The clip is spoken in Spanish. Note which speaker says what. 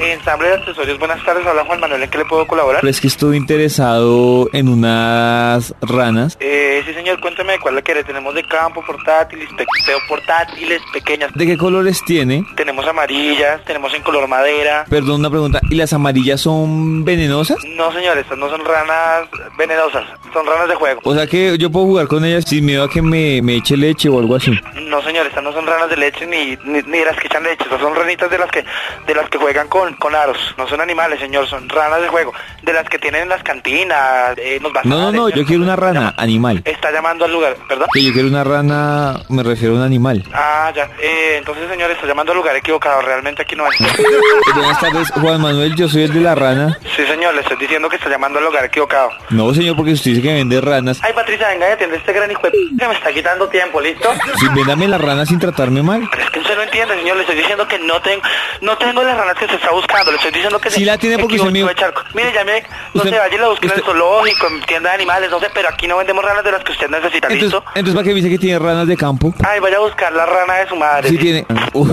Speaker 1: Ensamble de accesorios, buenas tardes, habla Juan Manuel, ¿en qué le puedo colaborar?
Speaker 2: Pero es que estuve interesado en unas ranas.
Speaker 1: Eh, sí señor, cuénteme de cuál le quiere, tenemos de campo, portátiles, pe- pe- portátiles, pequeñas,
Speaker 2: ¿De qué colores tiene?
Speaker 1: tenemos amarillas, tenemos en color madera.
Speaker 2: Perdón una pregunta. ¿Y las amarillas son venenosas?
Speaker 1: No señor, estas no son ranas venenosas, son ranas de juego.
Speaker 2: O sea que yo puedo jugar con ellas sin miedo a que me, me eche leche o algo así.
Speaker 1: No señor, estas no son ranas de leche ni, ni, ni de las que echan leche, estas son ranitas de las que de las que juegan con, con aros, no son animales señor, son ranas de juego, de las que tienen en las cantinas, eh, en los bazares.
Speaker 2: No, no, no, yo quiero una rana animal.
Speaker 1: Está llamando al lugar, ¿perdón?
Speaker 2: Que yo quiero una rana, me refiero a un animal.
Speaker 1: Ah, ya. Eh, entonces, señor, está llamando al lugar equivocado. Realmente aquí no es.
Speaker 2: Pues Buenas tardes, Juan Manuel, yo soy el de la rana.
Speaker 1: Sí, señor, le estoy diciendo que está llamando al lugar equivocado.
Speaker 2: No, señor, porque usted dice que vende ranas.
Speaker 1: Ay, Patricia, venga y atiende este gran hijo de p- que me está quitando tiempo, ¿listo?
Speaker 2: Sí, véndame la rana sin tratarme mal.
Speaker 1: Pero es que usted no entiende, señor. Le estoy diciendo que no tengo no tengo las ranas que se está buscando. Le estoy diciendo que
Speaker 2: Sí
Speaker 1: se
Speaker 2: la tiene porque
Speaker 1: equivocó
Speaker 2: usted me-
Speaker 1: de charco. Mire, ya me... No
Speaker 2: Usted-
Speaker 1: se vaya y la busque en el
Speaker 2: usted-
Speaker 1: zoológico, en tienda de animales, no sé, pero aquí no vendemos ranas de las que usted necesita,
Speaker 2: Entonces,
Speaker 1: ¿listo?
Speaker 2: entonces ¿para qué me dice que tiene ranas de campo? uh.
Speaker 1: Ay, vaya a buscar la rana de su madre.
Speaker 2: Sí
Speaker 1: ¿listo?
Speaker 2: tiene... Uy.